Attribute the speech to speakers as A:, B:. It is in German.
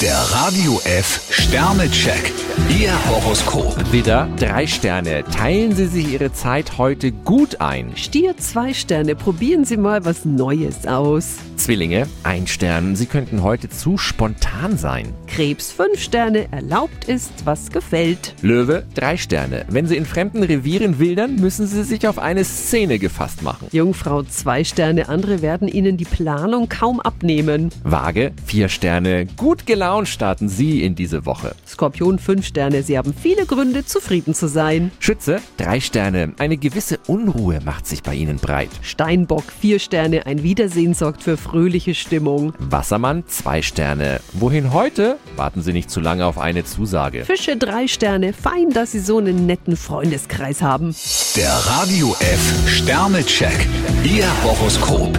A: Der Radio F Sternecheck. Ihr Horoskop.
B: Widder, drei Sterne. Teilen Sie sich Ihre Zeit heute gut ein.
C: Stier zwei Sterne, probieren Sie mal was Neues aus.
B: Zwillinge, ein Stern. Sie könnten heute zu spontan sein.
C: Krebs fünf Sterne, erlaubt ist, was gefällt.
B: Löwe, drei Sterne. Wenn Sie in fremden Revieren wildern, müssen Sie sich auf eine Szene gefasst machen.
C: Jungfrau zwei Sterne, andere werden Ihnen die Planung kaum abnehmen.
B: Waage, vier Sterne. Gut gelaunt starten Sie in diese Woche.
C: Skorpion fünf Sterne, Sie haben viele Gründe, zufrieden zu sein.
B: Schütze, drei Sterne. Eine gewisse Unruhe macht sich bei Ihnen breit.
C: Steinbock vier Sterne, ein Wiedersehen sorgt für fröhliche Stimmung.
B: Wassermann, zwei Sterne. Wohin heute? Warten Sie nicht zu lange auf eine Zusage.
C: Fische drei Sterne, fein, dass Sie so einen netten Freundeskreis haben.
A: Der Radio F Sternecheck. Ihr Horoskop.